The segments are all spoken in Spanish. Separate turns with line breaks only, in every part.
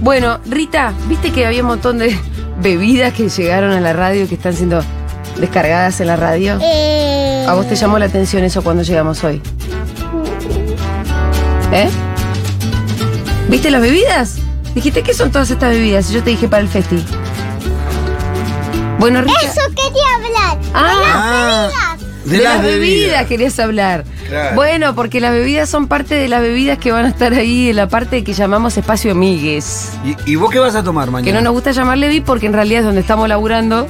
Bueno, Rita, viste que había un montón de bebidas que llegaron a la radio y que están siendo descargadas en la radio.
Eh,
¿A vos te llamó la atención eso cuando llegamos hoy? ¿Eh? ¿Viste las bebidas? Dijiste, ¿qué son todas estas bebidas? Y yo te dije para el festi. Bueno, Rita.
Eso quería hablar.
Ah,
Ah,
de, las, bebidas. querías hablar.
Claro.
Bueno, porque las bebidas son parte de las bebidas que van a estar ahí en la parte que llamamos espacio migues.
¿Y, y vos qué vas a tomar mañana?
Que no nos gusta llamarle VIP porque en realidad es donde estamos laburando,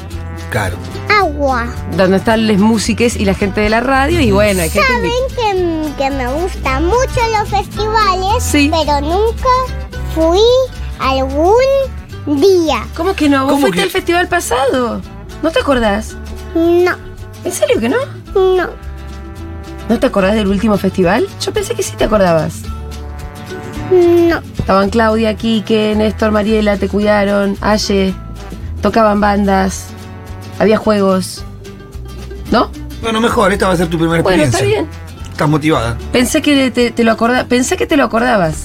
Claro.
Agua.
donde están las músiques y la gente de la radio y bueno, hay gente
Saben
invi-
que, que me gustan mucho los festivales,
Sí.
pero nunca fui algún día.
¿Cómo que no? ¿Vos
¿Cómo
fuiste
que-
al festival pasado? ¿No te acordás?
No,
¿En serio que no?
no.
¿No te acordás del último festival? Yo pensé que sí te acordabas.
No,
Estaban Claudia, Quique, Néstor, Mariela, te cuidaron, Aye, tocaban bandas, había juegos. ¿No?
Bueno, mejor, esta va a ser tu primera
Bueno,
experiencia.
está bien.
Estás motivada.
Pensé que te, te lo acorda- pensé que te lo acordabas.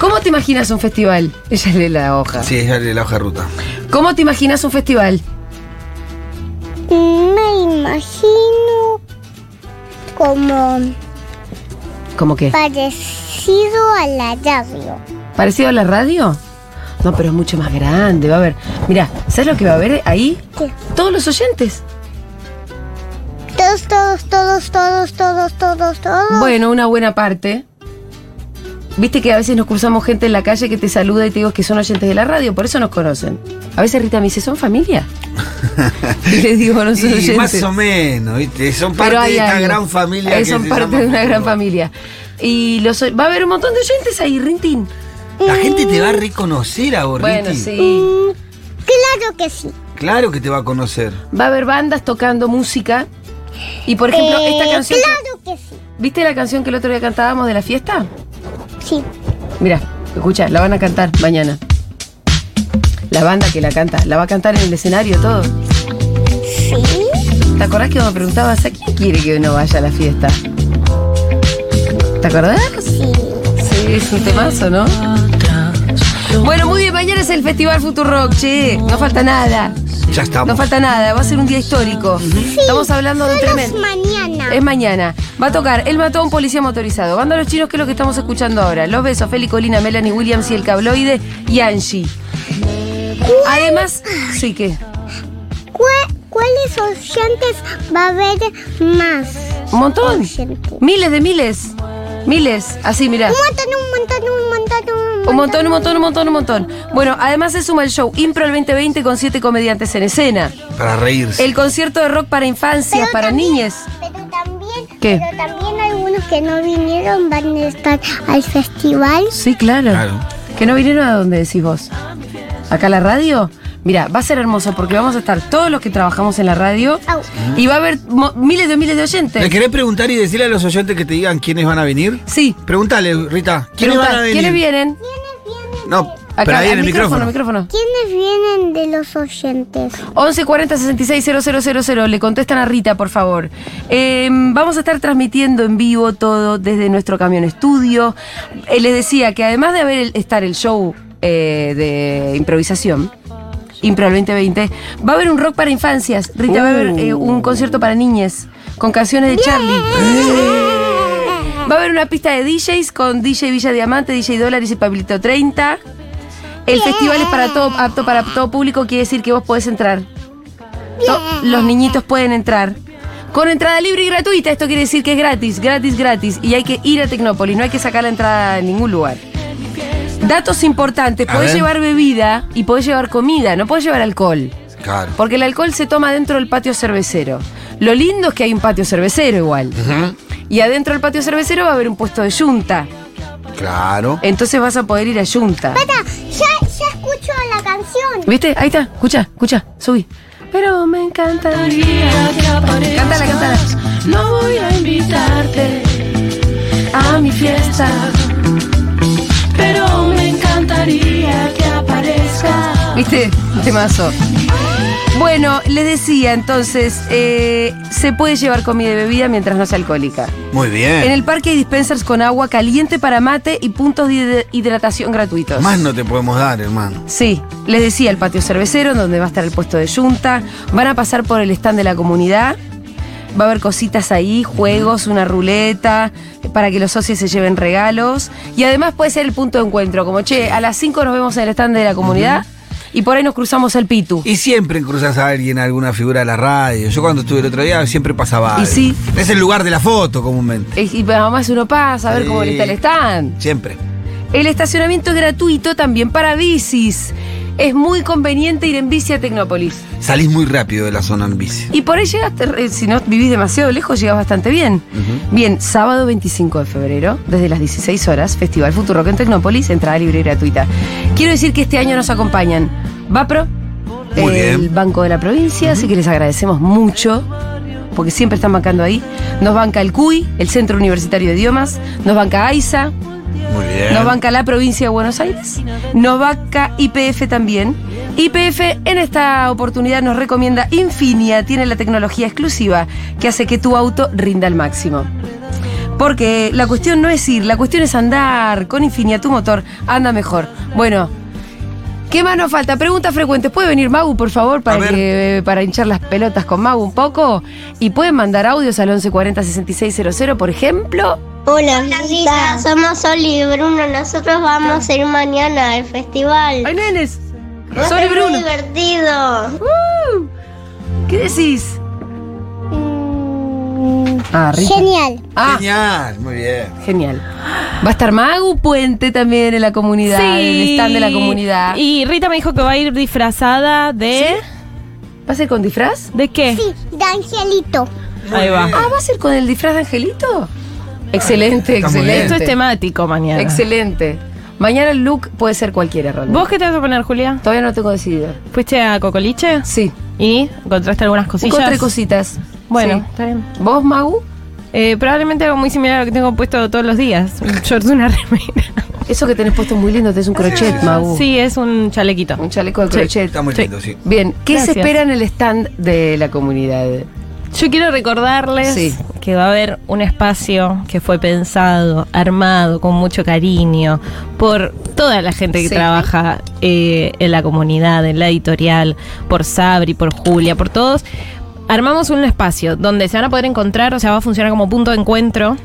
¿Cómo te imaginas un festival? Ella lee la hoja.
Sí, es la hoja ruta.
¿Cómo te imaginas un festival?
me imagino como
¿Cómo qué?
parecido a la radio.
¿Parecido a la radio? No, pero es mucho más grande. Va a haber. Mira, ¿sabes lo que va a haber ahí?
¿Qué?
Todos los oyentes.
Todos, todos, todos, todos, todos, todos, todos.
Bueno, una buena parte. Viste que a veces nos cruzamos gente en la calle que te saluda y te digo que son oyentes de la radio, por eso nos conocen. A veces Rita me dice, ¿son familia? y les digo, no son
Y
oyentes.
más o menos, ¿viste? Son parte
Pero hay
de esta
algo.
gran familia.
Eh,
que
son
se
parte
llama
de una gran
fútbol.
familia. Y los, va a haber un montón de oyentes ahí, Rintín.
La gente te va a reconocer ahora.
Bueno,
Ricky.
sí.
Mm, Claro que sí.
Claro que te va a conocer.
Va a haber bandas tocando música. Y por ejemplo,
Eh,
esta canción.
Claro que sí.
¿Viste la canción que el otro día cantábamos de la fiesta?
Sí.
Mira, escucha, la van a cantar mañana. La banda que la canta, la va a cantar en el escenario todo.
Sí.
¿Te acordás que vos me preguntabas a quién quiere que uno vaya a la fiesta? ¿Te acordás?
Sí.
Sí, es un temazo, ¿no? Bueno, muy bien, mañana es el Festival Futurock, che. No falta nada.
Ya estamos.
No falta nada, va a ser un día histórico. Estamos hablando de un
Solo es
tremendo. Eh.
mañana.
Es mañana. Va a tocar El Matón Policía Motorizado. Banda Los Chinos, que es lo que estamos escuchando ahora. Los besos, Feli Colina, Melanie Williams y el Cabloide y Angie. Además, sí que.
¿Cuál- ¿Cuáles oyentes va a haber más?
Un montón.
Oyentes. Un
Miles de miles. Miles. Así, mirá.
montón, un montón, un montón, un montón.
Ah. Un montón, un montón, un montón, un montón. Bueno, además se suma el show Impro el 2020 con siete comediantes en escena.
Para reírse.
El concierto de rock para infancias,
Pero
para
también-
niñas.
Pero también,
¿Qué?
pero también algunos que no vinieron van a estar al festival.
Sí, claro.
Claro.
Que no vinieron a donde decís vos. Acá a la radio. Mira, va a ser hermoso porque vamos a estar todos los que trabajamos en la radio
Au.
y va a haber mo- miles de miles de
¿Le
oyentes.
querés preguntar y decirle a los oyentes que te digan quiénes van a venir?
Sí.
Pregúntale, Rita. ¿Quiénes
Preguntá,
van a venir?
¿Quiénes vienen?
¿Quiénes vienen,
No,
Acá,
pero ahí
al
en el micrófono.
micrófono.
¿Quiénes vienen de los oyentes?
11 40 66 000. Le contestan a Rita, por favor. Eh, vamos a estar transmitiendo en vivo todo desde nuestro camión estudio. Eh, les decía que además de haber el- estar el show eh, de improvisación, Impro al 2020, va a haber un rock para infancias. Rita, va a haber eh, un concierto para niñas con canciones de Charlie. Va a haber una pista de DJs con DJ Villa Diamante, DJ Dólares y Pablito 30. El festival es para todo, apto para todo público, quiere decir que vos podés entrar. To- los niñitos pueden entrar. Con entrada libre y gratuita, esto quiere decir que es gratis, gratis, gratis. Y hay que ir a Tecnópolis, no hay que sacar la entrada en ningún lugar. Datos importantes,
A
podés
ver.
llevar bebida y podés llevar comida, no podés llevar alcohol.
Claro.
Porque el alcohol se toma dentro del patio cervecero. Lo lindo es que hay un patio cervecero igual.
Ujú.
Y adentro del patio cervecero va a haber un puesto de yunta.
Claro.
Entonces vas a poder ir a yunta.
Para, ya, ya escucho la canción.
¿Viste? Ahí está. Escucha, escucha, subí. Pero me encanta. Cántala, cántala. No voy a invitarte a mi fiesta.
Pero me encantaría que aparezca.
¿Viste? Un temazo. Bueno, Bueno, les decía entonces, eh, se puede llevar comida y bebida mientras no sea alcohólica.
Muy bien.
En el parque hay dispensers con agua caliente para mate y puntos de hid- hidratación gratuitos.
Más no te podemos dar, hermano.
Sí, les decía el patio cervecero, donde va a estar el puesto de yunta. Van a pasar por el stand de la comunidad. Va a haber cositas ahí, juegos, una ruleta, para que los socios se lleven regalos. Y además puede ser el punto de encuentro, como che, a las 5 nos vemos en el stand de la comunidad y por ahí nos cruzamos el pitu.
Y siempre cruzas a alguien, a alguna figura de la radio. Yo cuando estuve el otro día siempre pasaba.
Y
algo.
sí.
Es el lugar de la foto comúnmente.
Y, y además uno pasa a ver cómo
Sí.
está el stand.
Siempre.
El estacionamiento es gratuito también para bicis. Es muy conveniente ir en bici a Tecnópolis.
Salís muy rápido de la zona en bici.
Y por ahí llegaste, eh, si no vivís demasiado lejos, llegás bastante bien. Bien, sábado 25 de febrero, desde las 16 horas, Festival Futuro en Tecnópolis, entrada libre y gratuita. Quiero decir que este año nos acompañan Vapro,
Muy
el
bien.
Banco de la Provincia, así que les agradecemos mucho. Porque siempre están bancando ahí. Nos banca el CUI, el Centro Universitario de Idiomas. Nos banca AISA,
Muy bien.
nos banca la provincia de Buenos Aires, nos banca IPF también. IPF en esta oportunidad nos recomienda Infinia, tiene la tecnología exclusiva que hace que tu auto rinda al máximo. Porque la cuestión no es ir, la cuestión es andar. Con Infinia tu motor anda mejor. Bueno, ¿qué más nos falta? Preguntas frecuentes. ¿Puede venir Magu, por favor,
A
para,
ver.
que, eh, para hinchar las pelotas con Magu un poco? Y pueden mandar audios al 1140-6600, por ejemplo.
Hola, Rita. Somos Oli y Bruno. Nosotros vamos a ir mañana al festival.
¡Ay, nenes!
Va a
Sol y
ser muy
Bruno.
divertido.
¿Qué decís? Ah, rico.
Genial.
Ah,
Genial, muy bien.
genial. Va a estar Magu Puente también en la comunidad, en el stand de la comunidad.
Y ¿eh? Rita me dijo que va a ir disfrazada de.
¿Va a ser con disfraz?
¿De qué?
Sí, de Angelito.
Ahí va.
Ah, ¿va a ser con el disfraz de Angelito? Excelente,
Está muy bien.
excelente.
Esto es temático mañana.
Excelente. Mañana el look puede ser cualquiera, realmente.
¿Vos qué te vas a poner, Julia?
Todavía no tengo decidido.
¿Fuiste a Cocoliche?
Sí.
¿Y encontraste algunas cosillas?
Encontré cositas.
Bueno,
Sí.
está bien.
¿Vos, Magu?
Eh, probablemente algo muy similar a lo que tengo puesto todos los días. Un short, una remera.
Eso que tenés puesto es muy lindo, tenés un crochet, Magu.
Sí, es un chalequito.
Un chaleco de
Sí.
crochet.
Está muy
Sí.
lindo, sí.
Bien, ¿qué
Gracias.
se espera en el stand de la comunidad?
Yo quiero recordarles
Sí.
que va a haber un espacio que fue pensado, armado con mucho cariño por toda la gente que
Sí.
trabaja eh, en la comunidad, en la editorial, por Sabri, por Julia, por todos. Armamos un espacio donde se van a poder encontrar, o sea, va a funcionar como punto de encuentro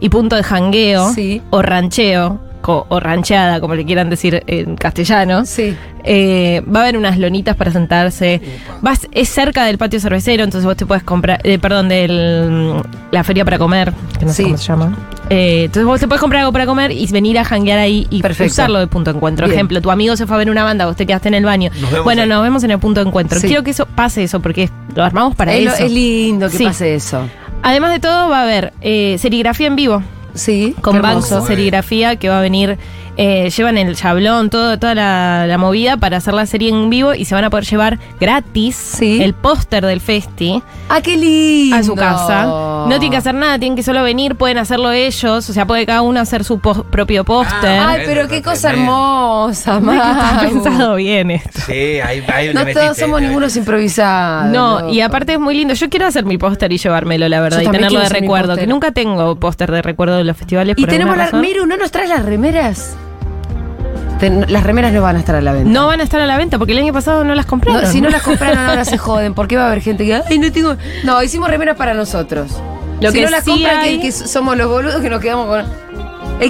y punto de jangueo
Sí.
o rancheo co- o rancheada, como le quieran decir en castellano.
Sí.
Eh, va a haber unas lonitas para sentarse. Vas, es cerca del patio cervecero, entonces vos te puedes comprar, eh, perdón, de la feria para comer, que no
Sí.
sé cómo se llama. Eh, entonces vos te puedes comprar algo para comer y venir a janguear ahí y
Perfecto.
usarlo de punto de encuentro.
Bien.
Ejemplo, tu amigo se fue a ver una banda, vos te quedaste en el baño.
Nos vemos
bueno,
ahí.
nos vemos en el punto de encuentro.
Sí.
Quiero que eso pase eso, porque es- lo armamos para
es, lo-
eso.
es lindo que
Sí.
pase eso.
Además de todo, va a haber eh, serigrafía en vivo
Sí.
con
qué hermoso. eh.
Banco Serigrafía que va a venir. eh, llevan el chablón, todo, toda la, la movida para hacer la serie en vivo y se van a poder llevar gratis
Sí.
el póster del festi
Ah, qué lindo.
a su casa. No tienen que hacer nada, tienen que solo venir, pueden hacerlo ellos, o sea, puede cada uno hacer su pos- propio póster.
Ay,
Tremendo,
pero qué cosa
tremendo.
hermosa,
Mira que está
Magu.
pensado bien esto.
Sí, ahí, ahí
No
le
todos
metiste,
somos
le
ningunos improvisados.
No, y aparte es muy lindo. Yo quiero hacer mi póster y llevármelo, la verdad,
Yo
y
también
tenerlo
quiero
de
hacer mi
recuerdo. Que
póster.
nunca tengo póster de recuerdo de los festivales.
Y
por alguna
tenemos las.
razón.
Miru, ¿no nos traes las remeras? Ten- las remeras no van a estar a la venta.
No van a estar a la venta porque el año pasado no las compraron.
No, si no las compraron ahora se joden, porque va a haber gente que, ay, no tengo. No, hicimos remeras para nosotros.
Lo
si
que
no las
sí
compran, que-
hay-
que, somos los boludos que nos quedamos con.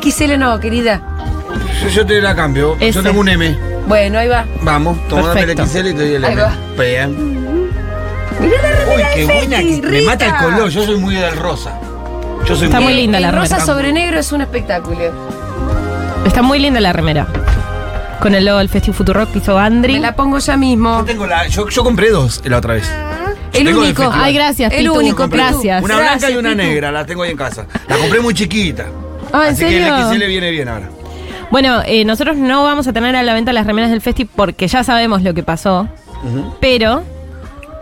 XL no, querida.
metiste. Yo, yo te la cambio.
Ese.
Yo tengo un M.
Bueno, ahí va.
Vamos, tomame el
Perfecto.
XL y te doy el
Ahí
M.
va.
Bien.
Mirá la
Uy,
remera
qué
de
buena
Feti,
que me
Rita.
mata el color. Yo soy muy del rosa. Yo soy
Está muy linda la
Eh, El rosa
remera.
sobre negro es un espectáculo.
Está muy linda la remera. Con el logo del Festival Futurock que hizo
Me
Andri.
la pongo ya mismo.
Yo tengo la. Yo, yo compré dos la otra vez. Yo
El
tengo de
único.
festival.
Ay, gracias,
El
Pitu,
único,
compré.
Pitu.
Gracias.
Una blanca y
Gracias,
una
Pitu.
negra, la tengo ahí en casa. La compré muy chiquita.
Ah, ¿en
Así que
serio?
el XL viene bien ahora.
Bueno, eh, nosotros no vamos a tener a la venta las remeras del Festi porque ya sabemos lo que pasó. Pero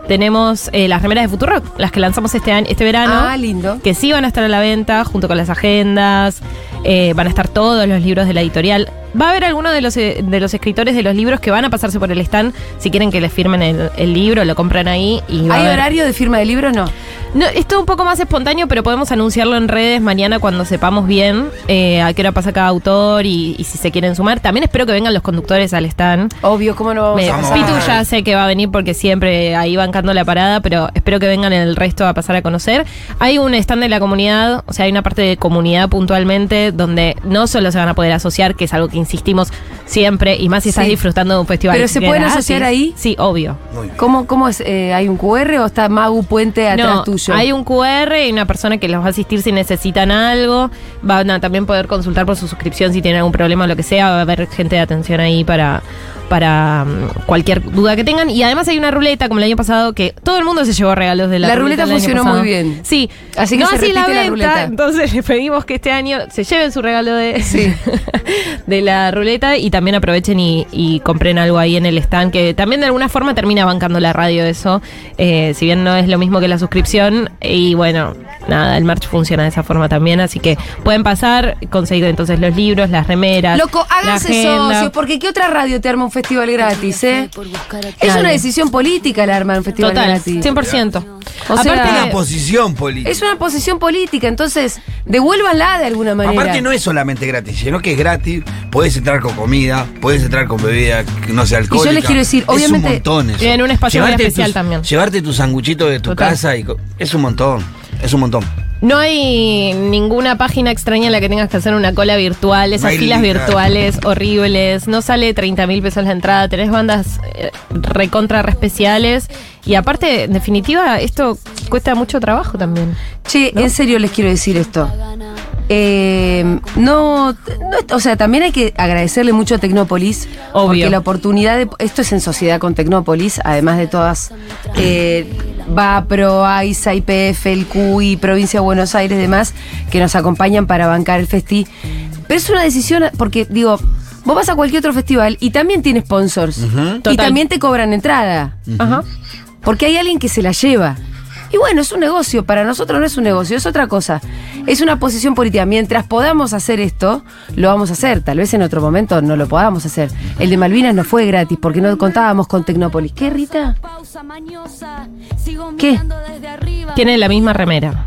tenemos eh, las remeras de Futurock, las que lanzamos este, año, este verano.
Ah, lindo.
que sí van a estar a la venta junto con las agendas, eh, van a estar todos los libros de la editorial. Va a haber algunos de los, eh, de los escritores de los libros que van a pasarse por el stand si quieren que les firmen el, el libro, lo compran ahí. Y va a
¿Hay
haber-
horario de firma de libros? No.
No, esto es un poco más espontáneo, pero podemos anunciarlo en redes mañana cuando sepamos bien eh, a qué hora pasa cada autor y, y si se quieren sumar. También espero que vengan los conductores al stand.
Obvio, ¿cómo no vamos
Me-
a pasar?
Pitu ya sé que va a venir porque siempre ahí bancando la parada, pero espero que vengan el resto a pasar a conocer. Hay un stand de la comunidad, o sea, hay una parte de comunidad puntualmente donde no solo se van a poder asociar, que es algo que insistimos siempre, y más si estás
Sí.
disfrutando de un festival.
¿Pero se
que
pueden
gratis.
asociar ahí?
Sí, obvio.
Muy bien.
¿Cómo, cómo es? eh, ¿Hay un QR o está Magu Puente atrás
No,
tuyo?
hay un QR y una persona que los va a asistir si necesitan algo. Van a también poder consultar por su suscripción si tienen algún problema o lo que sea. Va a haber gente de atención ahí para, para mm, cualquier duda que tengan. Y además hay una ruleta, como el año pasado, que todo el mundo se llevó regalos de la
La ruleta
el año
funcionó
pasado.
muy bien.
Sí.
Así que
no
se
así la
repite la
venta,
ruleta.
entonces les pedimos que este año se lleven su regalo de,
Sí.
de la ruleta y también aprovechen y, y compren algo ahí en el stand, que también de alguna forma termina bancando la radio eso, eh, si bien no es lo mismo que la suscripción. Y bueno, nada, el merch funciona de esa forma también, así que pueden pasar, conseguir entonces los libros, las remeras.
Loco,
la
háganse
agenda.
socios, porque ¿qué otra radio te arma un festival gratis, eh? Es
Dale.
una decisión política la arma un festival
Total,
gratis.
100%.
O sea,
Aparte-
eh,
Una posición política.
Es una posición política, entonces devuélvanla de alguna manera.
Aparte no es solamente gratis, sino que es gratis, podés entrar con comida, podés entrar con bebida que no sea alcohólica.
les quiero decir,
Es un
obviamente,
montón eso.
en un espacio muy
Llevarte
especial
tus-
también.
Llevarte tu sanguchito de tu
Total.
casa y co- es un montón, es un montón.
No hay ninguna página extraña en la que tengas que hacer una cola virtual, esas
hay
filas
literal.
virtuales horribles, no sale 30 mil pesos la entrada, tenés bandas eh, recontra re especiales y aparte, en definitiva, esto cuesta mucho trabajo también.
Che, en serio les quiero decir esto. Eh, no, no, o sea, también hay que agradecerle mucho a Tecnópolis,
Obvio.
porque la oportunidad de esto es en sociedad con Tecnópolis, además de todas eh, Vapro, AISA, IPF, el CUI, Provincia de Buenos Aires, demás, que nos acompañan para bancar el festi. Pero es una decisión, porque digo, vos vas a cualquier otro festival y también tiene sponsors y
Total.
también te cobran entrada.
Ajá.
Porque hay alguien que se la lleva. Y bueno, es un negocio, para nosotros no es un negocio, es otra cosa. Es una posición política. Mientras podamos hacer esto, lo vamos a hacer. Tal vez en otro momento no lo podamos hacer. El de Malvinas no fue gratis porque no contábamos con Tecnópolis. ¿Qué, Rita? ¿Qué?
¿Qué?
Tiene la misma remera.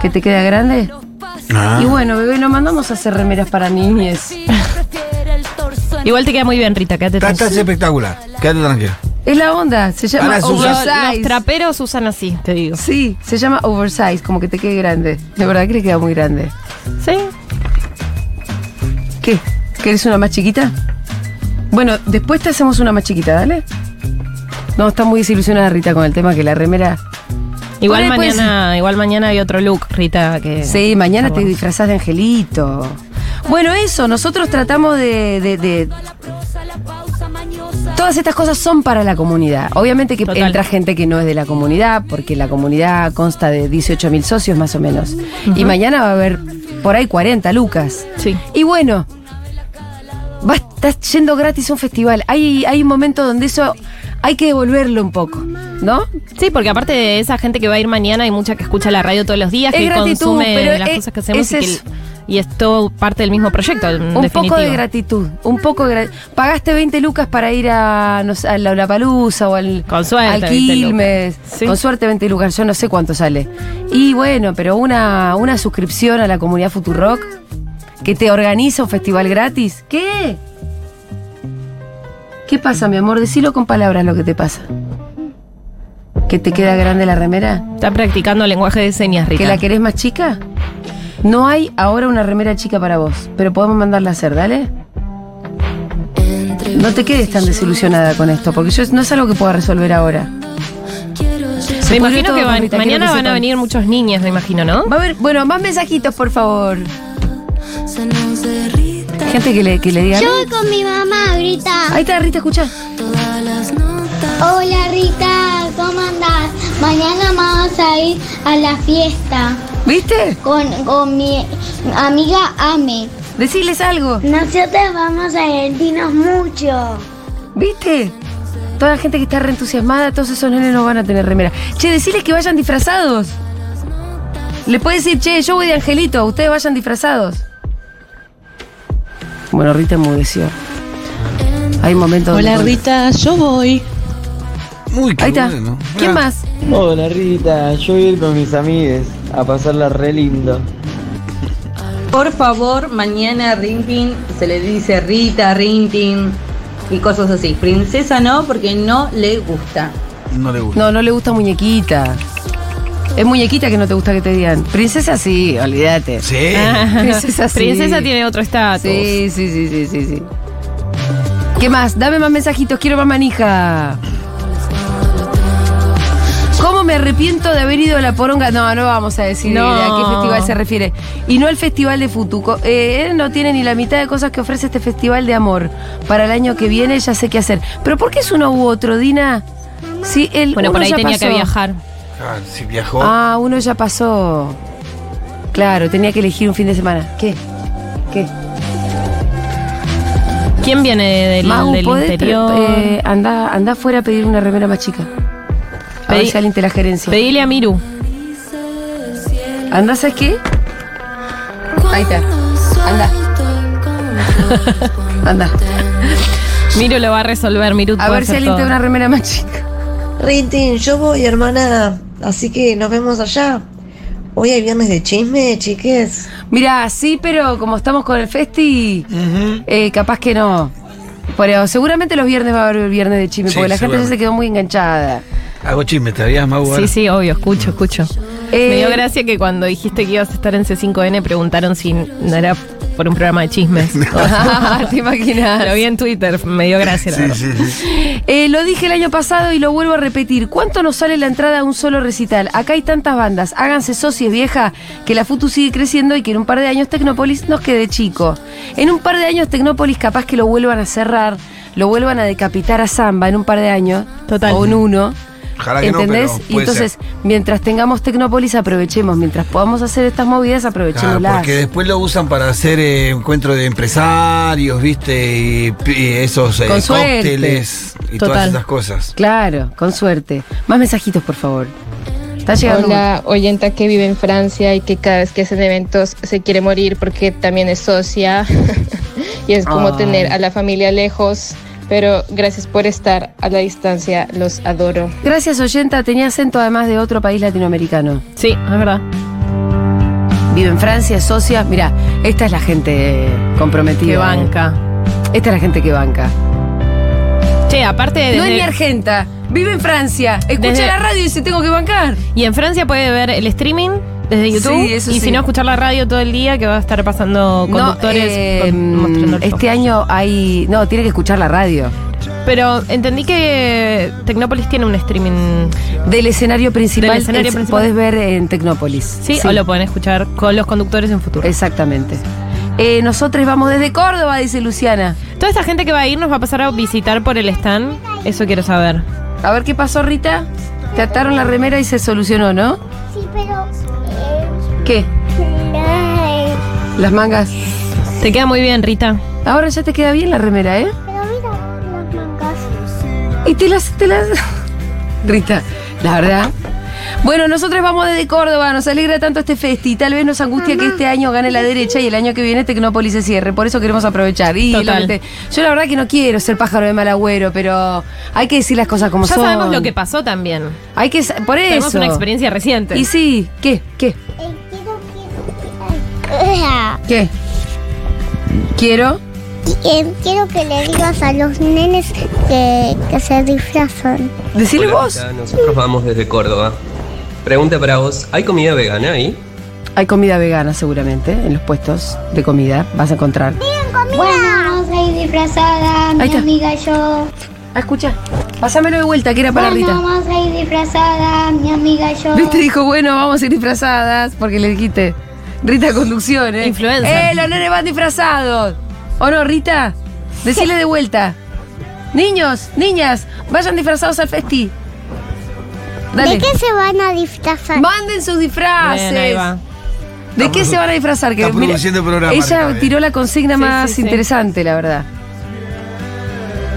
¿Que te queda grande? Y bueno, bebé, no mandamos a hacer remeras para niñes.
Igual te queda muy bien, Rita, quédate
Está, estás
tranquila.
espectacular, quédate tranquilo.
Es la onda, se llama
Ahora se usa-
Los, los
oversize.
traperos usan así, te digo.
Sí, se llama oversize, como que te quede grande. De verdad que le queda muy grande.
Sí.
¿Qué? ¿Querés una más chiquita? Bueno, después te hacemos una más chiquita, dale. No, está muy desilusionada Rita con el tema que la remera.
Igual
Por ahí puede
mañana, igual mañana hay otro look, Rita, que
pues, Sí, mañana te
bueno.
disfrazás de angelito. Bueno, eso, nosotros tratamos de. de- de- Todas estas cosas son para la comunidad. Obviamente que
Total.
entra gente que no es de la comunidad, porque la comunidad consta de 18 mil socios más o menos. Y mañana va a haber por ahí 40 lucas.
Sí.
Y bueno, va- estás yendo gratis a un festival. Hay, hay un momento donde eso hay que devolverlo un poco, ¿no?
Sí, porque aparte de esa gente que va a ir mañana, hay mucha que escucha la radio todos los días,
Es
que
gratitud,
consume
pero
las
es-
cosas que hacemos
es
y, que-
eso.
y es todo parte del mismo proyecto. En
Un
definitivo.
poco de gratitud, un poco de gra- Pagaste 20 lucas para ir a, no sé, a la Palusa o al,
Con suerte,
al
20
Quilmes.
lucas. Sí.
Con suerte 20 lucas, yo no sé cuánto sale. Y bueno, pero una, una suscripción a la comunidad Futurock que te organiza un festival gratis. ¿Qué? ¿Qué pasa, mi amor? Decilo con palabras lo que te pasa. ¿Que te queda grande la remera?
Está practicando lenguaje de señas, Rita.
¿Que la querés más chica? No hay ahora una remera chica para vos, pero podemos mandarla a hacer, ¿dale? No te quedes tan desilusionada con esto, porque yo, no es algo que pueda resolver ahora.
me
pudrió
imagino
todo,
que van-
Rita, quiero
mañana
que
van a
sepan.
venir muchos niños, me imagino, ¿no?
Va a haber, bueno, más mensajitos, por favor. Gente que le, que le diga.
Yo voy con mi mamá ahorita.
Ahí está, Rita, escucha.
Hola Rita, ¿cómo andás? Mañana vamos a ir a la fiesta
¿Viste?
con, con mi amiga Ame.
Decirles algo.
Nosotros vamos a divertirnos mucho.
¿Viste? Toda la gente que está reentusiasmada, todos esos nenes no van a tener remera. Che, deciles que vayan disfrazados. Le puedes decir, che, yo voy de angelito, ustedes vayan disfrazados. Bueno, Rita enmudeció. Hay momentos.
Hola
donde-
Rita, yo voy.
Muy qué
Ahí está.
bueno.
¿Quién
Ah,
más?
Hola Rita, yo voy a ir con mis amigues a pasarla re lindo.
Por favor, mañana Rintin se le dice Rita, Rintin y cosas así. Princesa no, porque no le gusta.
No le gusta.
No, no le gusta muñequita. Es muñequita que no te gusta que te digan. Princesa sí, olvídate.
Sí.
Princesa sí.
Princesa tiene otro estatus.
Sí, sí, sí, sí, sí, sí. ¿Qué más? Dame más mensajitos, quiero más manija. ¿Cómo me arrepiento de haber ido a la poronga? No, no vamos a decir
No.
a qué festival se refiere. Y no al festival de Futuco. Eh, él no tiene ni la mitad de cosas que ofrece este festival de amor. Para el año que viene ya sé qué hacer. ¿Pero por qué es uno u otro, Dina? Sí, el
Bueno,
uno
por ahí
ya
tenía que
pasó.
viajar.
Ah, si viajó.
Ah, uno ya pasó. Claro, tenía que elegir un fin de semana. ¿Qué? ¿Qué?
¿Quién viene del,
Mau,
del
¿podés,
interior?
pero, eh, anda, anda afuera a pedir una remera más chica. A ver
Pedí-
si alguien te la gerencia.
Pedile a Miru.
Anda, ¿sabes qué? Ahí está. Anda. Anda.
Miru lo va a resolver. Miru
A
puede
ver si
hacer
alguien te
todo.
da una remera más chica.
Rintin, yo voy, hermana, así que nos vemos allá. Hoy hay viernes de chisme, chiques.
Mira, sí, pero como estamos con el festi, eh, capaz que no. Pero seguramente los viernes va a haber el viernes de chisme,
Sí,
porque la gente ya se
seguramente.
quedó muy enganchada.
Hago chisme, ¿te habías más
Sí, sí, obvio, escucho, escucho.
Eh,
Me dio gracia que cuando dijiste que ibas a estar en C5N preguntaron si no era por un programa de chismes.
Ah, Te imaginas.
Lo vi en Twitter, me dio gracia. la
Sí,
verdad.
sí, sí.
Eh, lo dije el año pasado y lo vuelvo a repetir. ¿Cuánto nos sale la entrada a un solo recital? Acá hay tantas bandas. Háganse socios, vieja, que la FUTU sigue creciendo y que en un par de años Tecnópolis nos quede chico. En un par de años Tecnópolis capaz que lo vuelvan a cerrar, lo vuelvan a decapitar a Samba en un par de años.
Total.
O en uno.
Ojalá que no,
¿Entendés?
pero
y
puede
entonces,
ser.
mientras tengamos Tecnópolis, aprovechemos. Mientras podamos hacer estas movidas,
Claro,
aprovechémoslas.
porque después lo usan para hacer eh, encuentro de empresarios, ¿viste? Y, y esos eh,
Con suerte.
cócteles y todas
Total.
esas cosas.
Claro, con suerte. Más mensajitos, por favor. Está llegando.
Hola, oyenta que vive en Francia y que cada vez que hacen eventos se quiere morir porque también es socia y es como
Ay.
tener a la familia lejos. Pero gracias por estar a la distancia, los adoro.
Gracias, oyenta. Tenía acento además de otro país latinoamericano.
Sí, es verdad.
Vive en Francia, socia. Mira, esta es la gente comprometida.
Qué banca.
Esta es la gente que banca.
Che, aparte de.
no es ni argenta. Vive en Francia. Escucha
Desde-
la radio y dice, tengo que bancar.
y en Francia puede ver el streaming desde
Sí,
YouTube.
eso
y
sí.
si no, escuchar la radio todo el día que va a estar pasando
No,
conductores
eh,
con- mostrando el show.
este año hay... No, tiene que escuchar la radio.
Pero entendí que Tecnópolis tiene un streaming.
Del escenario principal,
Del escenario
es-
principal.
podés ver en Tecnópolis.
¿sí? o lo pueden escuchar con los conductores en futuro.
Exactamente. Eh, nosotros vamos desde Córdoba, dice Luciana.
Toda esta gente que va a ir nos va a pasar a visitar por el stand. Eso quiero saber.
A ver qué pasó, Rita. Te ataron la remera y se solucionó, ¿no?
Sí, pero. eh,
¿Qué? Las mangas.
Te queda muy bien, Rita.
Ahora ya te queda bien la remera, ¿eh?
pero mira las mangas.
Y te las, te las. Rita, la verdad. Bueno, nosotros vamos desde Córdoba, nos alegra tanto este festi. Tal vez nos angustia que este año gane la derecha y el año que viene Tecnópolis se cierre. Por eso queremos aprovechar. Y
Total.
lamenté- yo la verdad que no quiero ser pájaro de mal agüero, pero hay que decir las cosas como
Ya
son.
sabemos lo que pasó también.
Hay que. sa- Por eso.
Tenemos una experiencia reciente.
Y sí, ¿qué? ¿Qué?
Eh, quiero, quiero.
¿Qué? Quiero.
Eh, quiero que le digas a los nenes que, que se disfrazan.
Decirle
Hola,
vos.
Rita, Nosotros vamos desde Córdoba. Pregunta para vos, ¿hay comida vegana ahí?
Hay comida vegana seguramente en los puestos de comida. Vas a encontrar.
Bueno, soy disfrazada, mi
Ahí está.
amiga y yo.
Ah, escucha. Pásamelo de vuelta, que era para Rita.
Bueno, vamos a ir disfrazada, mi amiga y yo.
Viste, dijo, bueno, vamos a ir disfrazadas, porque le dijiste, Rita Conducción, ¿eh?
Influencer.
¡Eh, los nenes van disfrazados! ¿O no, Rita? Decile de vuelta. Niños, niñas, vayan disfrazados al festi. Dale.
¿De qué se van a disfrazar?
Manden sus disfraces.
Bien, ahí va.
¿De
Está
qué
produ-
se van a disfrazar?
está produciendo el programa,
Ella
Ricardo.
tiró la consigna
Sí,
más
sí, sí.
interesante, la verdad.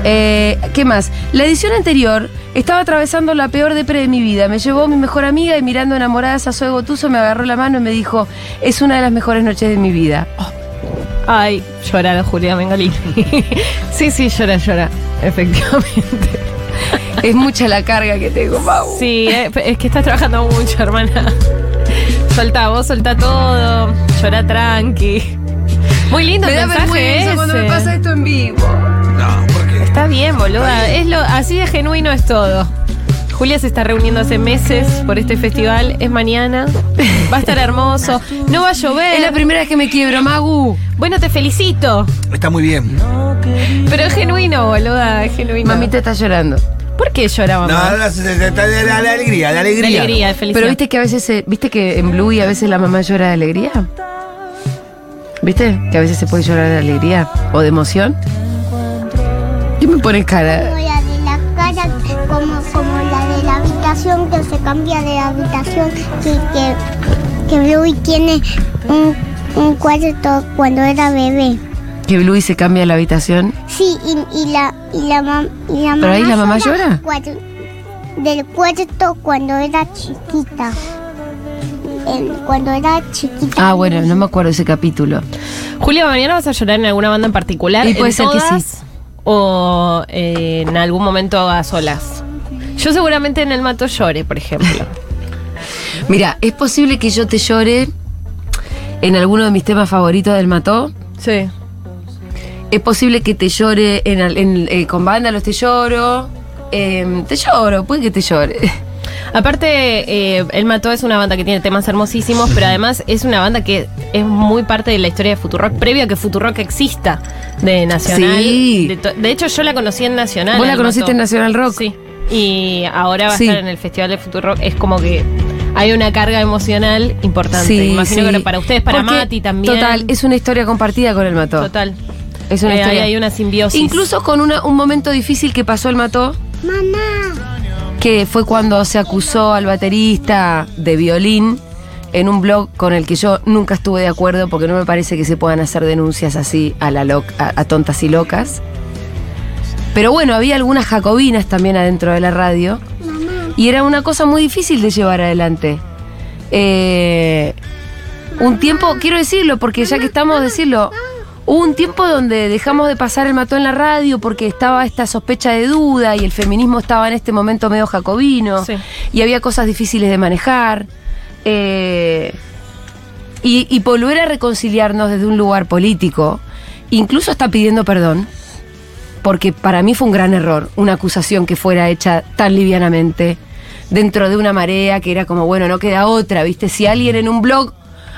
Eh, ¿Qué más? La edición anterior estaba atravesando la peor depre de mi vida. Me llevó mi mejor amiga y mirando enamoradas a Zoe Gotuso me agarró la mano y me dijo, es una de las mejores noches de mi vida. Oh.
Ay, llorar Julia Mengolini. sí, sí, llora, llora. Efectivamente.
Es mucha la carga que tengo, Mau.
Sí, eh, es que estás trabajando mucho, hermana. Soltá, vos soltá todo. Llora tranqui. Muy lindo
Me
el
da
mensaje
vergüenza cuando
ese.
me pasa esto en vivo.
No, Ah, porque.
Está bien, boluda. Es lo, así de genuino es todo. Julia se está reuniendo hace meses por este festival. Es mañana. Va a estar hermoso. No va a llover.
Es la primera vez que me quiebro, Magu.
Bueno, te felicito.
Está muy bien. No,
Pero es genuino, boluda. Es genuino.
Mamita está llorando.
¿Por qué llora mamá?
no, no, se- se- se- la, la- la alegría, la
de
alegría.
alegría, de felicidad.
Pero viste que a veces, se- viste que en Bluey a veces la mamá llora de alegría. ¿Viste? Que a veces se puede llorar de alegría o de emoción. ¿Qué me pones cara?
Como la de la cara, como, como la de la habitación, que se cambia de habitación, que, que, que Bluey tiene un, un cuarto cuando era bebé.
Que Bluey se cambia la habitación.
Sí, y, y la, y la, mam- y la mamá.
¿Pero ahí la mamá llora?
cuando- del cuarto cuando era chiquita. Em, cuando era chiquita.
Ah, bueno, no me acuerdo ese capítulo.
Julia, mañana vas a llorar en alguna banda en particular.
Y puede
¿En
ser que sí.
todas? O eh, en algún momento a solas. Yo seguramente en el mato llore, por ejemplo.
Mira, es posible que yo te llore en alguno de mis temas favoritos del Mató.
sí.
Es posible que te llore en, al- en- eh, con vándalos, te lloro. Em, te lloro, puede que te llore.
Aparte, eh, El Mató es una banda que tiene temas hermosísimos, pero además es una banda que es muy parte de la historia de Futurock, previo a que Futurock exista de Nacional.
Sí.
De, to- de hecho, yo la conocí en Nacional.
¿Vos la
El
conociste
Mató.
en Nacional Rock?
Sí. Y ahora va
Sí.
a estar en el Festival de Futurock. Es como que hay una carga emocional importante. Imagino que para ustedes, para
Porque,
Mati también.
Total, es una historia compartida con el Mató.
Total.
Es una
Eh, ahí
historia.
hay una simbiosis.
Incluso con una- un momento difícil que pasó el Mató,
Mamá.
que fue cuando se acusó al baterista de violín en un blog con el que yo nunca estuve de acuerdo porque no me parece que se puedan hacer denuncias así a, la loc- a, a tontas y locas. Pero bueno, había algunas jacobinas también adentro de la radio y era una cosa muy difícil de llevar adelante. Eh, un tiempo, quiero decirlo, porque ya que estamos, decirlo, hubo un tiempo donde dejamos de pasar el mató en la radio porque estaba esta sospecha de duda y el feminismo estaba en este momento medio jacobino
Sí.
y había cosas difíciles de manejar. Eh, y, y volver a reconciliarnos desde un lugar político, incluso está pidiendo perdón, porque para mí fue un gran error una acusación que fuera hecha tan livianamente dentro de una marea que era como, bueno, no queda otra, ¿viste? Si alguien en un blog,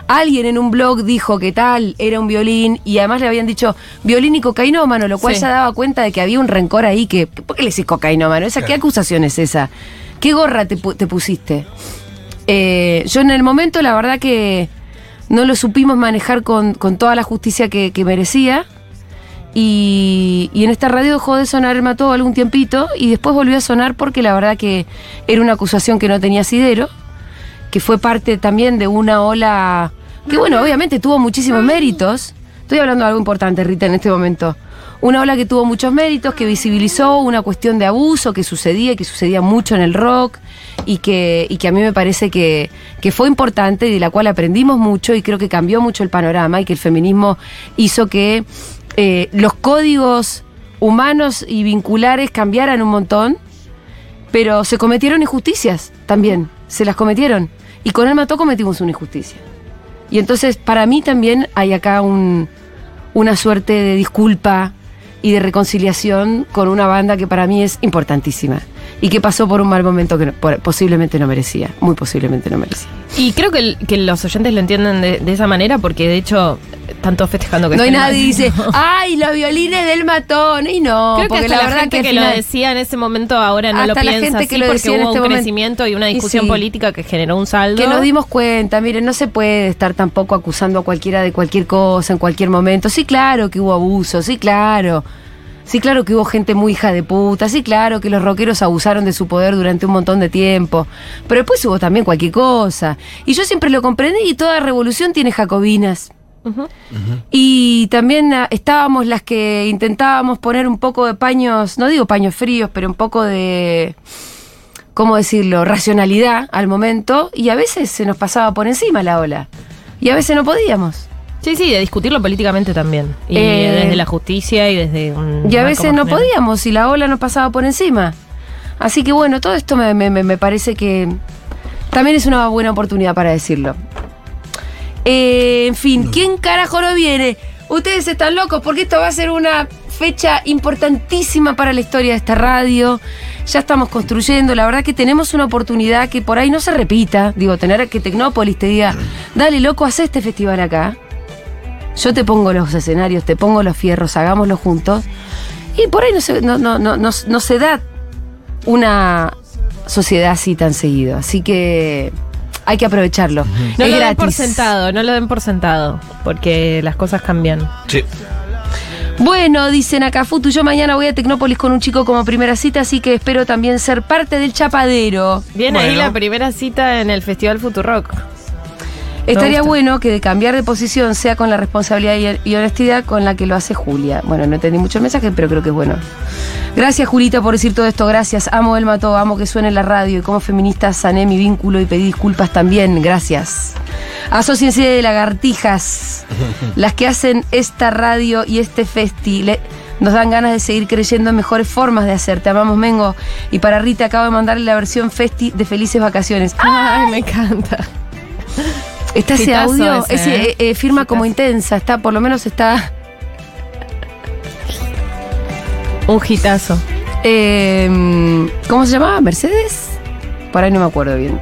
alguien en un blog dijo que tal era un violín y además le habían dicho violín y cocainómano, lo cual
Sí.
ya daba cuenta de que había un rencor ahí que, ¿por qué le decís cocainómano? ¿Esa, ¿Qué acusación es esa? ¿Qué gorra te, pu- te pusiste? Eh, yo en el momento, la verdad que no lo supimos manejar con, con toda la justicia que, que merecía. Y, y en esta radio dejó de sonar el mató algún tiempito y después volvió a sonar porque la verdad que era una acusación que no tenía asidero, que fue parte también de una ola que bueno, obviamente tuvo muchísimos méritos. Estoy hablando de algo importante, Rita, en este momento. Una ola que tuvo muchos méritos, que visibilizó una cuestión de abuso que sucedía y que sucedía mucho en el rock y que, y que a mí me parece que, que fue importante y de la cual aprendimos mucho y creo que cambió mucho el panorama y que el feminismo hizo que eh, los códigos humanos y vinculares cambiaran un montón, pero se cometieron injusticias también, se las cometieron. Y con el mató cometimos una injusticia. Y entonces para mí también hay acá un- una suerte de disculpa y de reconciliación con una banda que para mí es importantísima y que pasó por un mal momento que no- por- posiblemente no merecía, muy posiblemente no merecía.
Y creo que, el- que los oyentes lo entienden de, de esa manera porque de hecho, tanto festejando que
No hay
estén-
nadie dice, ay, los violines del matón, y no,
Creo que
porque
hasta
la,
la,
verdad
gente que,
al final-
lo decía en ese momento ahora no lo
Hasta la
piensa
gente que
así
lo
porque
decía en
hubo
este
un
momento.
crecimiento y una
Y
discusión
sí.
política que generó un saldo.
Que nos dimos cuenta, miren, no se puede estar tampoco acusando a cualquiera de cualquier cosa en cualquier momento. Sí, claro que hubo abuso, sí, claro. Sí, claro que hubo gente muy hija de puta, sí, claro que los rockeros abusaron de su poder durante un montón de tiempo. Pero después hubo también cualquier cosa. Y yo siempre lo comprendí y toda revolución tiene jacobinas. Y también ah, estábamos las que intentábamos poner un poco de paños, no digo paños fríos, pero un poco de, ¿cómo decirlo?, racionalidad al momento y a veces se nos pasaba por encima la ola. Y a veces no podíamos.
Sí, sí, de discutirlo políticamente también. Y
Eh,
desde la justicia y desde un
Y a
marco
veces
más
no
general.
podíamos y la ola nos pasaba por encima. Así que bueno, todo esto me, me- me- me parece que también es una buena oportunidad para decirlo. Eh, en fin, ¿quién carajo no viene? Ustedes están locos porque esto va a ser una fecha importantísima para la historia de esta radio. Ya estamos construyendo, la verdad que tenemos una oportunidad que por ahí no se repita. Digo, tener que Tecnópolis te diga, dale loco, haz este festival acá. Yo te pongo los escenarios, te pongo los fierros, hagámoslo juntos. Y por ahí no se, no, no, no, no, no se da una sociedad así tan seguido. Así que hay que aprovecharlo.
No
es
lo den por
gratis.
sentado, no lo den por sentado, porque las cosas cambian.
Sí.
Bueno, dicen acá Futu, yo mañana voy a Tecnópolis con un chico como primera cita, así que espero también ser parte del chapadero.
Bien ahí
Bueno.
la primera cita en el Festival Futurock.
Estaría
gusta.
bueno que de cambiar de posición sea con la responsabilidad y- y honestidad con la que lo hace Julia. Bueno, no entendí mucho el mensaje, pero creo que es bueno. Gracias, Julita, por decir todo esto. Gracias. Amo el mató, amo que suene la radio. Y como feminista sané mi vínculo y pedí disculpas también. Gracias. Asociense de lagartijas, las que hacen esta radio y este festi. Le- nos dan ganas de seguir creyendo en mejores formas de hacer. Te amamos, Mengo. Y para Rita acabo de mandarle la versión festi de Felices Vacaciones.
Ay, me encanta.
Está ese
Hitazo
audio,
ese,
ese,
¿eh?
eh, eh, firma como
Hitazo.
intensa, está, por lo menos está.
Un hitazo.
eh, ¿Cómo se llamaba? ¿Mercedes? Por ahí no me acuerdo bien.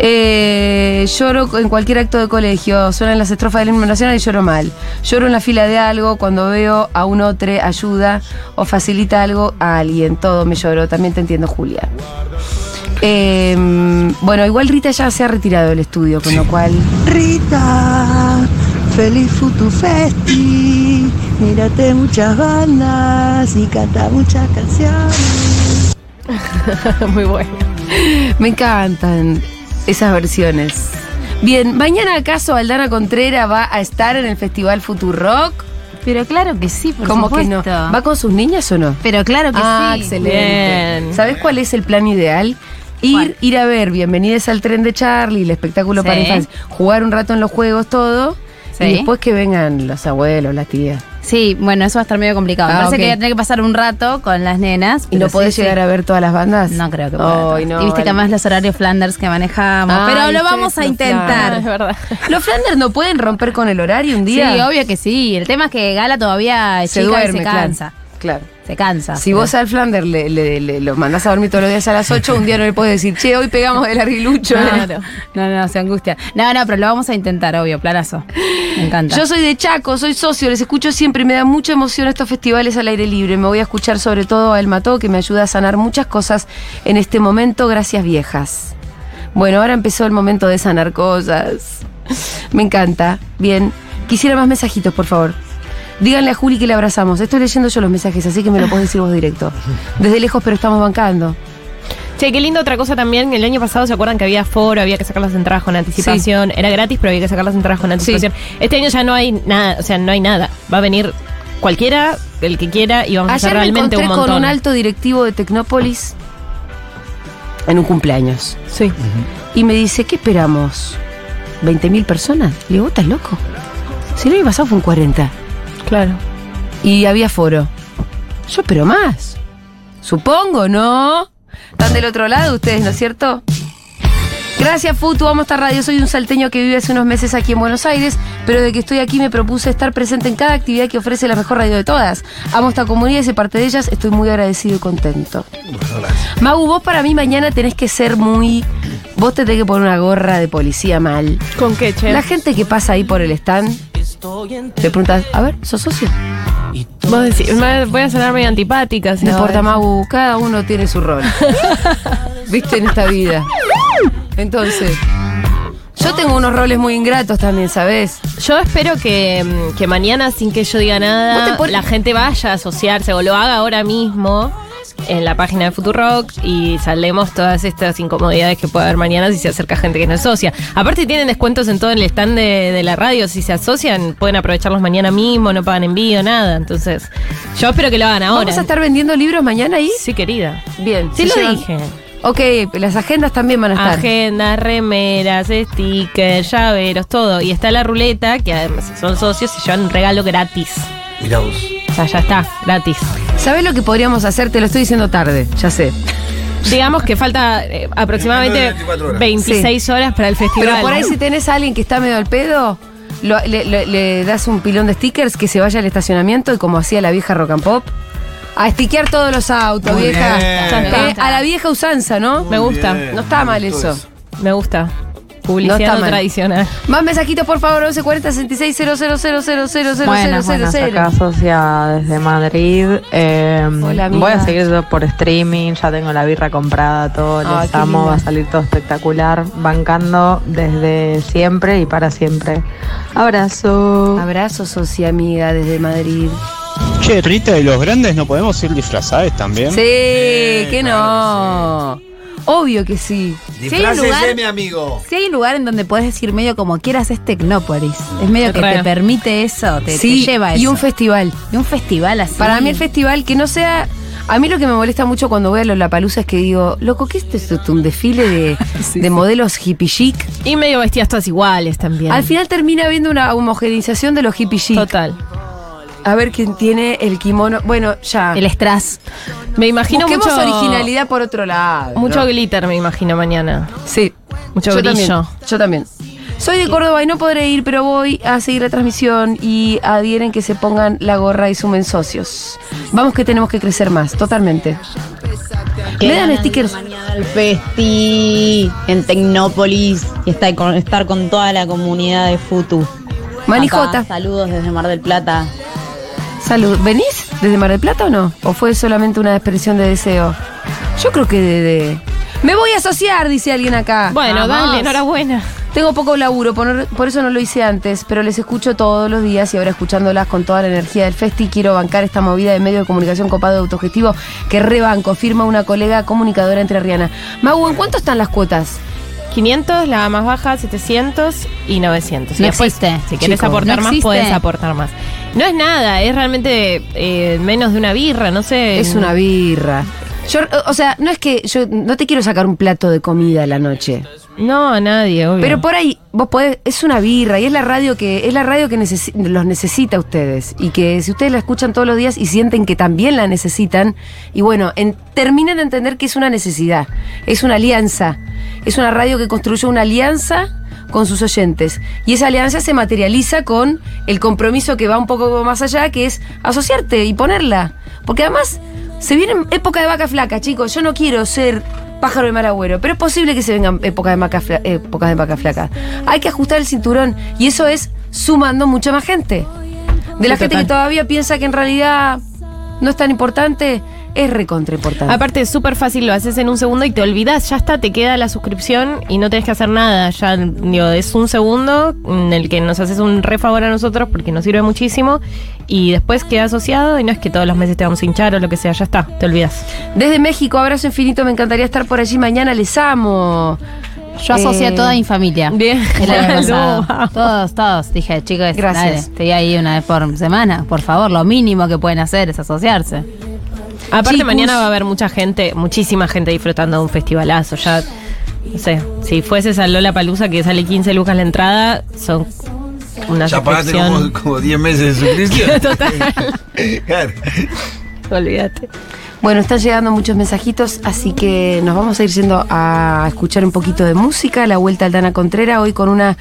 Eh, lloro en cualquier acto de colegio, suenan las estrofas del himno nacional y lloro mal. Lloro en la fila de algo, cuando veo a un otro ayuda o facilita algo a alguien, todo me lloro, también te entiendo Julia. Eh, bueno, igual Rita ya se ha retirado del estudio, con lo cual...
Rita, feliz Futu Festi. Mírate muchas bandas y canta muchas canciones.
Muy bueno.
Me encantan esas versiones. Bien, mañana acaso Aldana Contrera va a estar en el Festival Futurock.
Pero claro que sí, por
¿Cómo que
supuesto.
no? ¿Va con sus niñas o no?
Pero claro que
ah,
sí.
excelente.
Bien.
¿Sabes cuál es el plan ideal?
¿Cuál?
Ir, ir a ver Bienvenidas al tren de Charlie, el espectáculo para
Sí.
infancia, jugar un rato en los juegos, todo, y
Sí.
después que vengan los abuelos, las tías.
Sí, bueno, eso va a estar medio complicado. Me
Ah,
parece
ok.
que voy a tener que pasar un rato con las nenas.
¿Y no
pero
podés
sí,
llegar
sí.
a ver todas las bandas?
No creo que pueda.
Ay, no,
y viste que
vale.
además los horarios Flanders que manejamos.
Ay,
pero lo
ustedes
vamos a
los
intentar.
Flanders.
Es verdad.
¿Los Flanders no pueden romper con el horario un
Sí,
día?
obvio que sí. El tema es que Gala todavía es
Se
chica y
duerme,
se
claro.
cansa.
Claro.
Se cansa.
Si vos al Flander le, le- le- lo mandás a dormir todos los días a las 8, un día no le podés decir, che, hoy pegamos el arguilucho.
Claro. No, no, se angustia. No, no, pero lo vamos a intentar, obvio, planazo. Me encanta.
Yo soy de Chaco, soy socio, les escucho siempre y me da mucha emoción estos festivales al aire libre. Me voy a escuchar sobre todo a El Mató, que me ayuda a sanar muchas cosas en este momento. Gracias, viejas. Bueno, ahora empezó el momento de sanar cosas. Me encanta. Bien. Quisiera más mensajitos, por favor. Díganle a Juli que le abrazamos. Estoy leyendo yo los mensajes, así que me lo podés decir vos directo. Desde lejos, pero estamos bancando.
Che, qué lindo otra cosa también. El año pasado se acuerdan que había foro, había que sacar las entradas con anticipación. Era gratis, pero había que sacar las entradas con anticipación. Este año ya no hay nada, o sea, no hay nada. Va a venir cualquiera, el que quiera, y vamos a
Ayer
hacer
me
realmente
encontré
un montón.
con un alto directivo de Tecnópolis en un cumpleaños.
Sí.
Y me dice, ¿qué esperamos? ¿20.000 personas? Le digo, "¿Vos ¿estás loco? Si el año pasado fue un 40.
Claro.
Y había foro. Yo pero más. Supongo, ¿no? Están del otro lado ustedes, ¿no es cierto? Gracias, Futu. Vamos a esta radio. Soy un salteño que vive hace unos meses aquí en Buenos Aires, pero desde que estoy aquí me propuse estar presente en cada actividad que ofrece la mejor radio de todas. Amo esta comunidad y ser parte de ellas. Estoy muy agradecido y contento. Magu, vos para mí mañana tenés que ser muy. Vos te tenés que poner una gorra de policía mal.
¿Con qué, che?
La gente que pasa ahí por el stand, te preguntas, a ver, ¿sos socio?
Vos decís, me- voy a sonar medio antipática. si
No importa,
es-
Magu, cada uno tiene su rol. Viste en esta vida. Entonces, yo tengo unos roles muy ingratos también, ¿sabés?
Yo espero que, mm, que mañana, sin que yo diga
Vos te
nada,
pon-
la gente vaya a asociarse o lo haga ahora mismo en la página de Futurock y salemos todas estas incomodidades que puede haber mañana si se acerca gente que no es socia. Aparte tienen descuentos en todo el stand de, de la radio, si se asocian pueden aprovecharlos mañana mismo, no pagan envío, nada. Entonces, yo espero que lo hagan ahora.
¿Vamos a estar vendiendo libros mañana ahí?
Sí, querida.
Bien.
Sí
se
lo
llevan-
dije.
Ok, Ok, las agendas también van a estar.
Agendas, remeras, stickers, llaveros, todo. Y está la ruleta, que además son socios y llevan un regalo gratis.
Mirá vos.
O sea, ya está, gratis.
¿Sabes lo que podríamos hacer? Te lo estoy diciendo tarde, ya sé.
Digamos que falta eh, aproximadamente
24 horas.
26 horas para el festival.
Pero por ahí si tenés a alguien que está medio al pedo, lo- le, le- le das un pilón de stickers que se vaya al estacionamiento y como hacía la vieja rock and pop, a stiquear todos los autos,
Muy
vieja.
bien.
Eh, a la vieja usanza, ¿no?
Me gusta.
bien.
No está mal
Me gustó
eso.
eso.
Me gusta.
No
Publicidad
está
no
mal.
tradicional.
Más mensajitos, por favor, 1140 66
Buenas, buenas, acá socia desde Madrid. Eh,
Hola, amiga.
voy a seguir yo por streaming, ya tengo la birra comprada, todo,
Ah,
les
qué
amo,
linda.
va a salir todo espectacular, bancando desde siempre y para siempre. Abrazo.
Abrazo, socia amiga, desde Madrid.
Che, Rita, ¿y los grandes no podemos ir disfrazados también?
Sí, que no. Obvio que sí.
Si hay un lugar-
Disfrácese, mi amigo.
Si hay un lugar en donde podés decir medio como quieras, es Tecnópolis. Es medio que
Re.
te permite eso, te, te
Sí,
lleva eso.
y un festival.
Y un festival así.
Para mí el festival que no sea... A mí lo que me molesta mucho cuando voy a los Lapalusa es que digo, loco, ¿qué es esto? ¿Un desfile de, de modelos hippie chic?
Y medio vestidas todas iguales también.
Al final termina habiendo una homogenización de los hippie chic.
Total.
A ver quién tiene el kimono. Bueno, ya.
El strass.
Me imagino
Ah. Busquemos
mucho
originalidad por otro lado.
Mucho
¿no?
glitter, me imagino, mañana.
Sí.
Mucho
yo
brillo.
También, yo también. Soy de Córdoba y no podré ir, pero voy a seguir la transmisión y adhieren que se pongan la gorra y sumen socios. Vamos que tenemos que crecer más, totalmente. Me dan stickers.
Mañana el festi en Tecnópolis y está con, estar con toda la comunidad de Futu.
Manijota.
Acá, saludos desde Mar del Plata.
Salud. ¿Venís desde Mar del Plata o no? ¿O fue solamente una expresión de deseo? Yo creo que de... de- Me voy a asociar, dice alguien acá.
Bueno,
Vamos.
dale, enhorabuena.
Tengo poco laburo, por, por eso no lo hice antes, pero les escucho todos los días y ahora escuchándolas con toda la energía del festi, quiero bancar esta movida de medio de comunicación copado de autogestivo que rebanco, firma una colega comunicadora entrerriana. Magu, ¿en cuánto están las cuotas?
500, la más baja, 700 y 900.
No
Y después,
existe,
Si quieres
chicos,
aportar
no
más,
existe.
puedes aportar más. No es nada, es realmente eh, menos de una birra, no sé.
Es una birra. Yo, o sea, no es que yo no te quiero sacar un plato de comida a la noche.
No, a nadie, obvio.
Pero por ahí, vos podés, es una birra y es la radio que, es la radio que necesi- los necesita a ustedes. Y que si ustedes la escuchan todos los días y sienten que también la necesitan, y bueno, en- terminen de entender que es una necesidad, es una alianza. Es una radio que construyó una alianza con sus oyentes. Y esa alianza se materializa con el compromiso que va un poco más allá, que es asociarte y ponerla. Porque además, se viene época de vaca flaca, chicos. Yo no quiero ser pájaro de mal agüero, pero es posible que se vengan épocas de, maca fla- épocas de vaca flaca. Hay que ajustar el cinturón y eso es sumando mucha más gente. De la
Sí,
gente
total.
que todavía piensa que en realidad no es tan importante, es recontra importante.
Aparte, es súper fácil, lo haces en un segundo y te olvidas, ya está, te queda la suscripción y no tenés que hacer nada. Ya digo, es un segundo en el que nos haces un re favor a nosotros porque nos sirve muchísimo y después queda asociado y no es que todos los meses te vamos a hinchar o lo que sea, ya está, te olvidas.
Desde México, abrazo infinito, me encantaría estar por allí mañana, les amo.
Yo asocié a toda mi familia.
Bien.
El año
Salud.
pasado. Todos, todos. Dije, chicos,
Gracias.
dale, te voy ahí una vez por semana. Por favor, lo mínimo que pueden hacer es asociarse.
Aparte,
Chicos.
mañana va a haber mucha gente, muchísima gente disfrutando de un festivalazo. Ya, no sé, si fueses a Lola Palusa que sale 15 lucas la entrada, son una
Ya pagaste como,
suscripción.
como 10 meses de suscripción.
Total,
Claro.
olvídate.
Bueno, están llegando muchos mensajitos, así que nos vamos a ir yendo a escuchar un poquito de música. La vuelta al Dana Contrera, hoy con una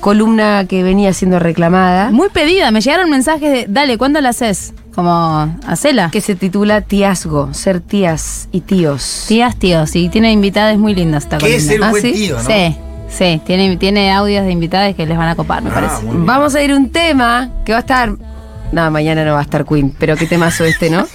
columna que venía siendo reclamada,
Muy pedida. Me llegaron mensajes de, dale, ¿cuándo la haces? Como, hacela.
que se titula Tiazgo, ser tías y tíos.
Tías, tíos. Y tiene invitadas muy lindas esta
Que es
columna.
ser
¿Ah,
buen
sí?
tío, ¿no?
Sí, sí. Tiene, tiene audios de invitadas que les van a copar, me
Ah,
parece.
muy bien.
Vamos a ir a un tema que va a estar. No, mañana no va a estar Queen, pero qué temazo este, ¿no?